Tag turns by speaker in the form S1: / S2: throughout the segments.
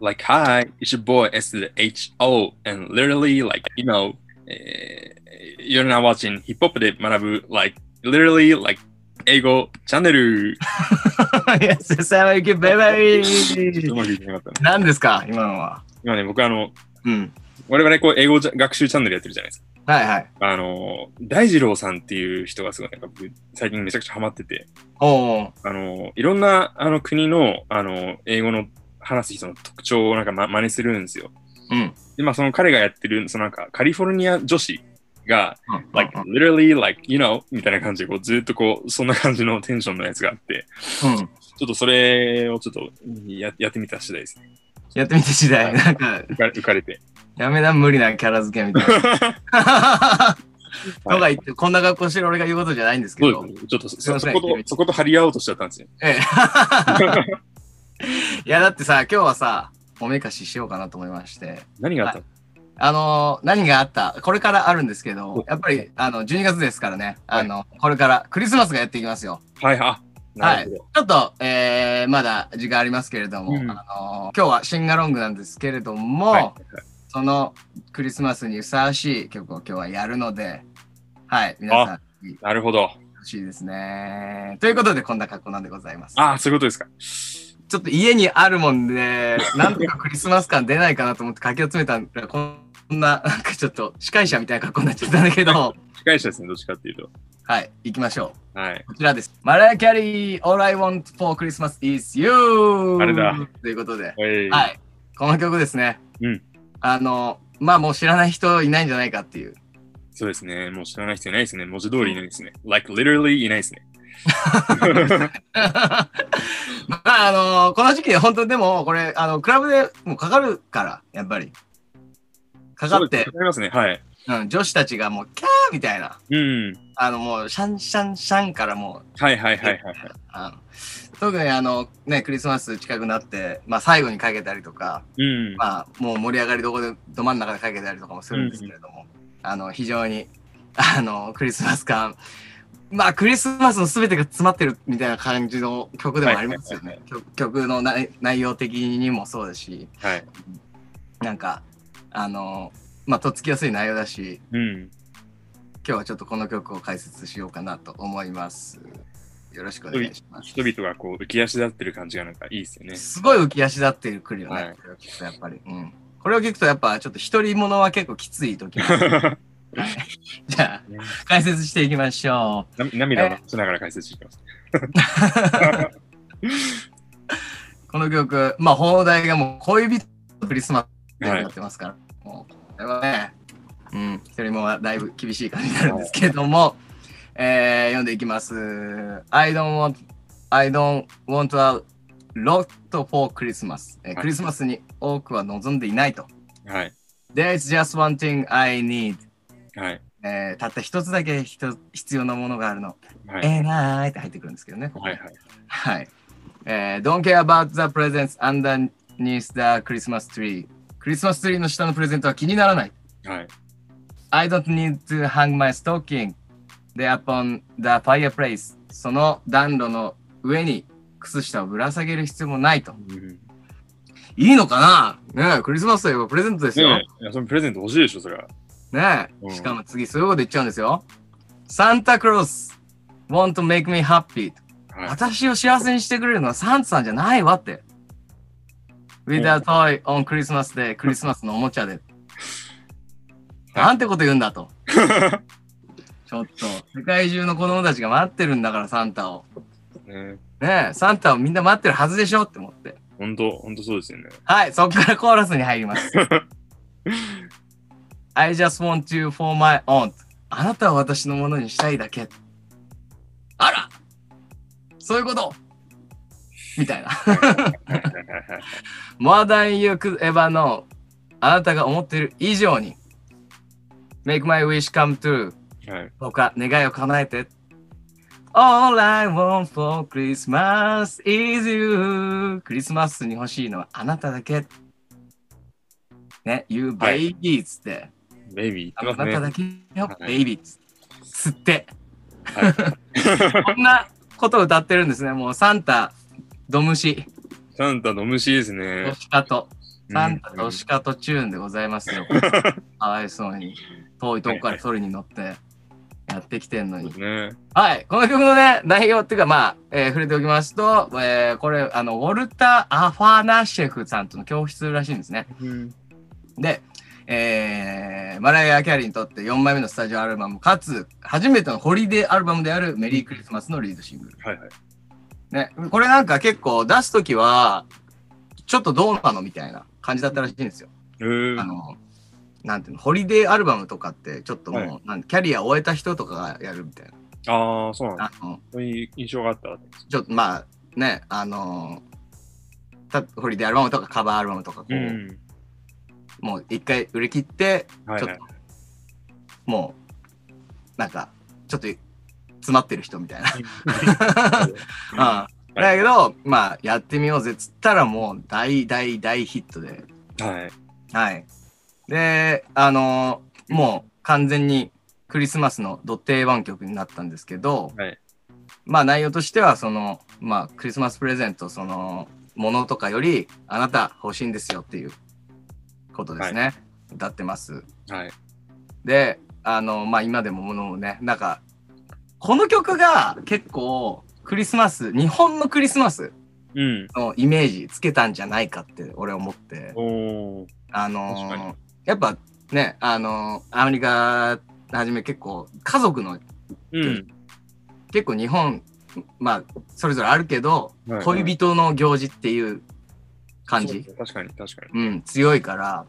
S1: like hi, it's your boy S the H O and literally like you know eh, you're now watching hip hop で学ぶ like literally like 英語チャンネル
S2: Yes, thank you,
S1: ちょっとう
S2: baby!
S1: まくいかなかったね
S2: 何ですか今のは。
S1: 今ね僕あの
S2: うん。
S1: 我々こう英語じゃ学習チャンネルやってるじゃないですか
S2: はいはい。
S1: あの大二郎さんっていう人がすごいなんか僕最近めちゃくちゃハマってて
S2: おー
S1: あのいろんなあの国のあの英語の話す人の特徴をなんか、ま、真似するんですよ
S2: うん。
S1: で、まあ、その彼がやってる、そのなんか、カリフォルニア女子が、
S2: うん。
S1: like, literally, like, you know, みたいな感じで、こう、ずっとこう、そんな感じのテンションのやつがあって、
S2: うん。
S1: ちょっとそれをちょっとややってみた次第ですね。
S2: やってみて次第。なんか、
S1: 浮か浮かれて。
S2: やめな、無理なキャラ付けみたいな。とか言って、こんな格好してる俺が言うことじゃないんですけ
S1: そう
S2: ど。
S1: ですねちょっとそ
S2: すいま
S1: そ
S2: せん
S1: こと、そこと張り合おうとしちゃったんですよ。
S2: ええ いや、だってさ、今日はさ、おめかししようかなと思いまして。
S1: 何があったの
S2: あのー何があったこれからあるんですけ
S1: お
S2: ど、やっぱり、あの、12月ですからね、あの、これからクリスマスがやっていきますよ。
S1: はい、あ、なるほど。
S2: ちょっと、えーまだ時間ありますけれども、
S1: うん
S2: あのー今日はシンガロングなんですけれども、
S1: はい
S2: そのクリスマスにふさわしい曲を今日はやるので、はい、皆さん、
S1: なるほど。
S2: 欲しいですね。ということで、こんな格好なんでございます。
S1: ああ、そういうことですか。
S2: ちょっと家にあるもんで、 なんとかクリスマス感出ないかなと思って書き集めたんだこんな、 なんかちょっと司会者みたいな格好になっちゃったんだ けど、
S1: 司会者ですね、どっちかっていうと。
S2: はい、行きましょう。
S1: はい。
S2: こちらです。マライア・キャリー、All I Want for Christmas is You!
S1: あれだ。
S2: ということで、
S1: はい。
S2: は。い、この曲ですね。
S1: うん
S2: あの、まあもう知らない人いないんじゃないかっていう。
S1: そうですね。もう知らない人いないですね。文字通りいないですね。like, literally いない ですね。
S2: まああの、この時期本当でもこれ、あの、クラブでもうかかるから、やっぱり。かかって
S1: わ、かりますね。はい。
S2: うん、女子たちがもうキャーみたいな。
S1: うん。
S2: あのもうシャンシャンシャンからもう、
S1: はいはいはいはい。
S2: あの特にあのね、クリスマス近くなって、まあ最後にかけたりとか、
S1: うん。
S2: まあ、もう盛り上がりどこでど真ん中でかけたりとかもするんですけれども、あの非常にあのクリスマス感まあクリスマスの全てが詰まってるみたいな感じの曲でもありますよ
S1: は
S2: ね曲曲の内内容的にもそうだし
S1: はい。
S2: なんかあのまあとっつきやすい内容だし
S1: うん。
S2: 今日はちょっとこの曲を解説しようかなと思いますよろしくお願いします
S1: 人々がこう浮き足立ってる感じがなんかいいです よね。
S2: すごい浮き足立ってくるよね、
S1: はい
S2: これを聞くとやっぱり、うん、これを聞くとやっぱちょっと独り者は結構きつい時もじゃ
S1: ね
S2: あ、解説していきましょ
S1: な涙を流しながら解説していき ます。
S2: う。この曲、まあ、放題がもう恋人とクリスマスって
S1: はい
S2: なってますから、もう、これはね、うん、一人もはだいぶ厳しい感じになるんですけれども、えー読んでいきます。I don't want, I don't want a lot for Christmas、え
S1: は
S2: ー
S1: い
S2: クリスマスに多くは望んでいないと。
S1: はい。
S2: There's just one thing I need、
S1: はい。
S2: えーたった一つだけひと必要なものがあるの。
S1: はい。
S2: えーなーいって入ってくるんですけどね。ここ
S1: はいはい。
S2: はい。えー Don't care about the presents underneath the Christmas tree. クリスマスツリーの下のプレゼントは気にならない。
S1: はい。
S2: I don't need to hang my stocking there upon the fireplace. その暖炉の上に靴下をぶら下げる必要もないと。
S1: うん
S2: いいのかなねえ、クリスマスといえばプレゼントですよ。
S1: ね
S2: ね
S1: えいやそのプレゼント欲しいでしょ、それは。うん
S2: え。しかも次そういうこと言っちゃうんですよ。サンタクロース want to make me happy.
S1: はい。
S2: 私を幸せにしてくれるのはサンタさんじゃないわって。With a toy on Christmas Day, クリスマスのおもちゃで。なんてこと言うんだと。ちょっと、世界中の子供たちが待ってるんだから、サンタを。
S1: ね
S2: ねえ、サンタをみんな待ってるはずでしょって思って。
S1: ほんと、ほんとそうですよね。
S2: はい、そっからコーラスに入ります。I just want you for my own. あなたは私のものにしたいだけ。あらそういうことみたいな。
S1: はいはいはいはい
S2: More than you could ever know あなたが思っている以上に Make my wish come true
S1: はい。
S2: 他願いを叶えて All I want for Christmas is you クリスマスに欲しいのはあなただけね、You
S1: はい
S2: baby っつって、
S1: ベイビー
S2: あ
S1: 言
S2: な
S1: ってま
S2: た
S1: すね。
S2: だけよ、
S1: はい
S2: baby っつ吸って
S1: はい
S2: こんなことを歌ってるんですねもうサンタドムシ
S1: サンタの虫ですね
S2: ロ。シカとサンタと鹿とチューンでござい ますよ。かわいそうに。遠いとこから取りに乗ってやってきてんのに。
S1: ね。
S2: はい、この曲のね、内容っていうか、まあ、えー触れておきますと、えーこれ、あの、ウォルター・アファナシェフさんとの教室らしいんですね。で、えーマライア・キャリーにとって4枚目のスタジオアルバム、かつ、初めてのホリデーアルバムであるメリークリスマスのリードシングル。
S1: はいはい。
S2: ね、これなんか結構出すときは、ちょっとどうなのみたいな感じだったらしいんですよ。
S1: えー
S2: あの、なんていうの、ホリデーアルバムとかって、ちょっともう、
S1: は
S2: なんキャリア終えた人とかがやるみたい
S1: ああ、そうなんだ。
S2: な。あの、
S1: そういう印象があったらってことです
S2: ちょっとまあ、ね、あの、たホリデーアルバムとかカバーアルバムとかこう、
S1: うん。
S2: もう一回売り切って、
S1: はい
S2: ちょっ
S1: は
S2: と
S1: い。
S2: もう、なんか、ちょっと詰まってる人みたいな。うん、 だけど、まあ、やってみようぜっつったら、もう、大大大ヒットで。
S1: はい。
S2: はい。で、あのーもう完全にクリスマスのド定番曲になったんですけど、
S1: はい
S2: まあ内容としては、その、まあクリスマスプレゼント、その、ものとかより、あなた欲しいんですよっていうことですね。歌ってます。
S1: はい。
S2: で、あの、まあ今でもものをね、なんか、この曲が結構クリスマス、日本のクリスマス
S1: うん。
S2: のイメージつけたんじゃないかって俺思って。
S1: おー。
S2: あ
S1: 確かに
S2: のーやっぱね、あのーアメリカはじめ結構家族の
S1: うん。
S2: 結構日本まあそれぞれあるけど、
S1: はいはい
S2: 恋人の行事っていう感じ
S1: そうそう確かに、確か
S2: うん強いから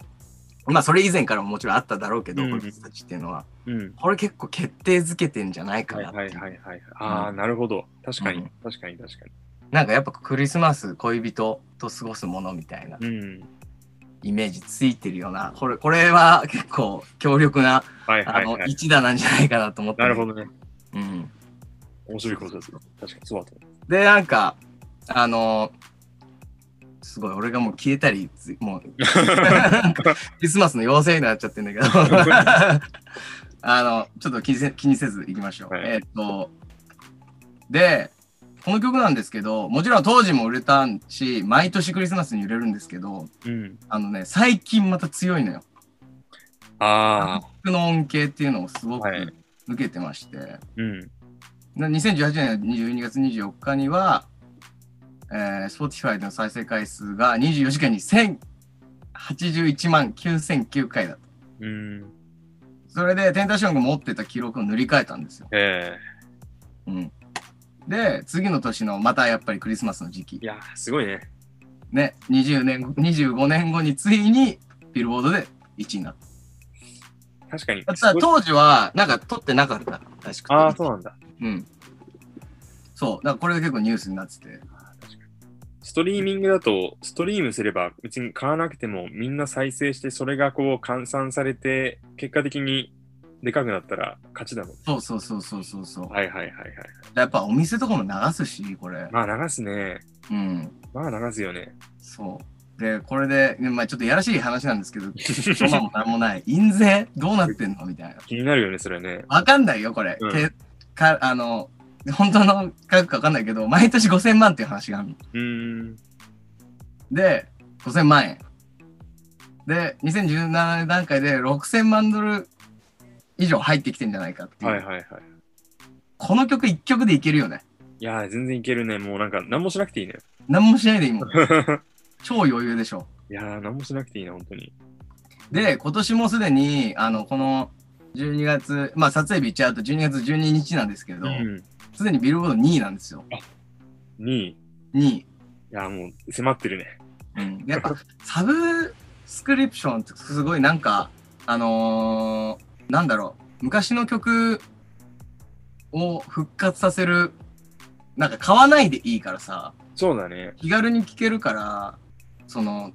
S2: まあそれ以前からももちろんあっただろうけど、
S1: うん
S2: 恋人たちっていうのは
S1: に。うん。
S2: これ結構決定づけてんじゃないか
S1: はい
S2: なって
S1: はいいうはいはい。ああ、なるほど。確か
S2: う
S1: に
S2: ん、
S1: 確かに、確か
S2: なんかやっぱクリスマス恋人と過ごすものみたいな
S1: に。うん。
S2: イメージついてるようなこれこれは結構強力な
S1: はい
S2: あ
S1: はい
S2: の
S1: はい。
S2: 一打なんじゃないかなと思って、
S1: なるほどね。
S2: ど、うん、
S1: 面白いことですね。確かに、そうだと思
S2: で、なんか、あのすごい、俺がもう消えたり、つ もう、なんかクリスマスの妖精になっちゃってん だけど、あの、ちょっと気にせ気にせず行きましょう。
S1: はい
S2: えーっと、で、この曲なんですけど、もちろん当時も売れたし、毎年クリスマスに売れるんですけど、
S1: う。うん。
S2: あのね、最近また強いのよ。
S1: ああ、
S2: 曲の恩恵っていうのをすごく
S1: はい
S2: 受けてまして。
S1: うん。
S2: な2018年22月24日には、えー、Spotify での再生回数が24時間に1081万9009回だと。
S1: うん。
S2: それで、テンタションが持ってた記録を塗り替えたんですよ。
S1: え
S2: うん。で、次の年のまたやっぱりクリスマスの時
S1: え。い
S2: 期。
S1: やー、すごいね。
S2: ね、20年後、25年後についにビルボードで1位になっ
S1: 確かに。
S2: た。ただ当時は、なんか取ってなかったらしくて。
S1: ああ、そうなんだ。
S2: うん。そう、だからこれが結構ニュースになってて。
S1: ストリーミングだと、ストリームすれば別に買わなくてもみんな再生して、それがこう換算されて、結果的にでかくなったら勝ちだもん。
S2: そうそうそうそうそうそう。
S1: はいはいはいはい。
S2: やっぱお店とかも流すし、これ。
S1: まあ流すね。
S2: うん。
S1: まあ流すよ ね。
S2: そう。で、これで、ねまあちょっとやらしい話なんですけど、ロマンもなんもない。印税どうなってんのみたいな。
S1: 気になるよね、それね。
S2: わかんないよ、これ。
S1: うん
S2: てかあの、本当の額かわかんないけど、毎年5000万っていう話があるの。
S1: うーん。
S2: で、5000万円。で、2017年段階で6000万ドル以上入ってきてんじゃないかっていう。
S1: はいはいはい。
S2: この曲1曲でいけるよね。
S1: いやー、全然いけるね。もうなんか何もしなくていいね。
S2: 何もしないでい いもん。超余裕でしょ。
S1: いやー、何もしなくていいね、本当に。
S2: で、今年もすでに、あの、この12月、まあ、撮影日言っちゃうと12月12日なんですけど、
S1: うん。
S2: すでにビルボード2位なんですよ。
S1: 2位。い
S2: 2位。
S1: やー、もう迫ってるね。
S2: うん、やっぱ、サブスクリプションってすごいなんか、あのーなんだろう、昔の曲を復活させる、なんか買わないでいいからさ、
S1: そうだね。
S2: 気軽に聴けるから、その、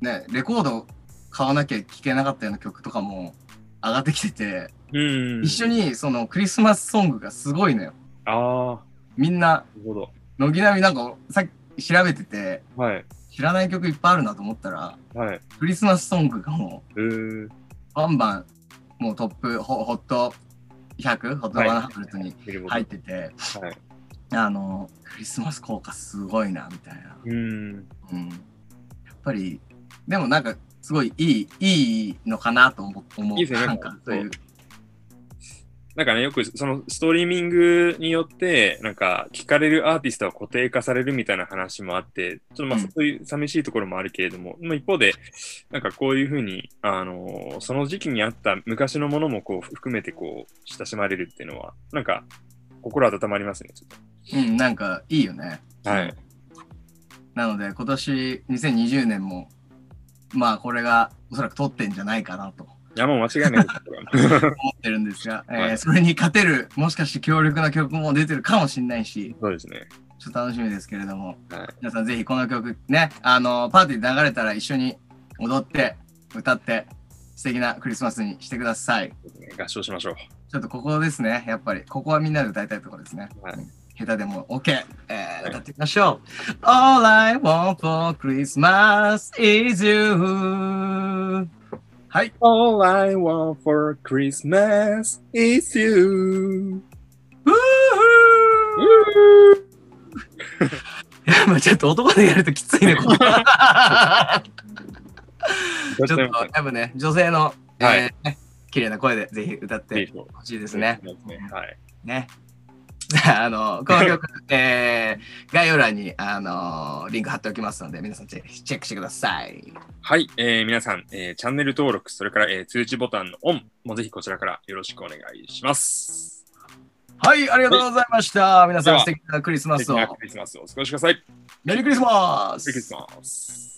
S2: ね、レコード買わなきゃ聴けなかったような曲とかも上がってきてて、
S1: うん。
S2: 一緒。にそのクリスマスソングがすごいのよ。
S1: あー、な
S2: みんな、
S1: るほど。
S2: 軒並みなんかさっき調べてて、
S1: はい。
S2: 知らない曲いっぱいあるなと思ったら、
S1: はい。
S2: クリスマスソングがもう
S1: うー。
S2: バンバン、もうトップホホット100、ホット100に
S1: 見るもの
S2: 入ってて、
S1: はい。
S2: あの、クリスマス効果すごいな、みたいな。
S1: うーん。
S2: うん。やっぱりでもなんか、すごいいい、いいのかなと思思う。
S1: いいですよね
S2: なんか、そういう。
S1: なんかね、よくそのストリーミングによって、なんか聞かれるアーティストは固定化されるみたいな話もあって、ちょっとまあ
S2: う
S1: そ
S2: ん
S1: ういう寂しいところもあるけれども、まあ一方で、なんかこういうふうに、あのーその時期にあった昔のものもこう含めてこう親しまれるっていうのは、なんか心温まりますね、ちょっ
S2: うん、なんか、いいよね。
S1: と。はい。
S2: なので、今年2020年も、まあ、これがおそらく取ってんじゃないかなと思
S1: いや、もう間違いないですこれは
S2: ってるんですが、えー
S1: はい
S2: それに勝てる、もしかして強力な曲も出てるかもしれないし、
S1: そうですね。
S2: ちょっと楽しみですけれども、
S1: はい
S2: 皆さんぜひこの曲ね、あの、パーティーで流れたら一緒に踊って、歌って、素敵なクリスマスにしてください。
S1: そうですね合唱しましょ
S2: ちょっとここですね、やっぱり。ここはみんなで歌いたいところですね。
S1: う。はい。
S2: 下手でも OK、え
S1: は
S2: ー、
S1: い
S2: 歌っていきましょう。All I want for Christmas is you. はい、
S1: All I want for Christmas is you.
S2: ウーフーい やまあちょっと男でやるときつい ね、ここちょっと、多分ね、女性の、えー
S1: はい
S2: ね綺麗な声でぜひ歌って
S1: で
S2: ほしいですね。。
S1: はい。
S2: ね。 じゃあ、あの、こ の曲、えー、概要欄に、あのリンク貼っておきますので、皆さんチェチェックしてください。
S1: はい、えー皆さん、えーチャンネル登録、それから、えー通知ボタンのオンもぜひこちらからよろしくお願いします。
S2: はい、ありがとうございました。皆さ
S1: では
S2: ん素敵なクリスマ
S1: 素
S2: ス
S1: 敵
S2: を。
S1: なクリスマスをお過ごしください。
S2: メリークリスマス
S1: クリスマス。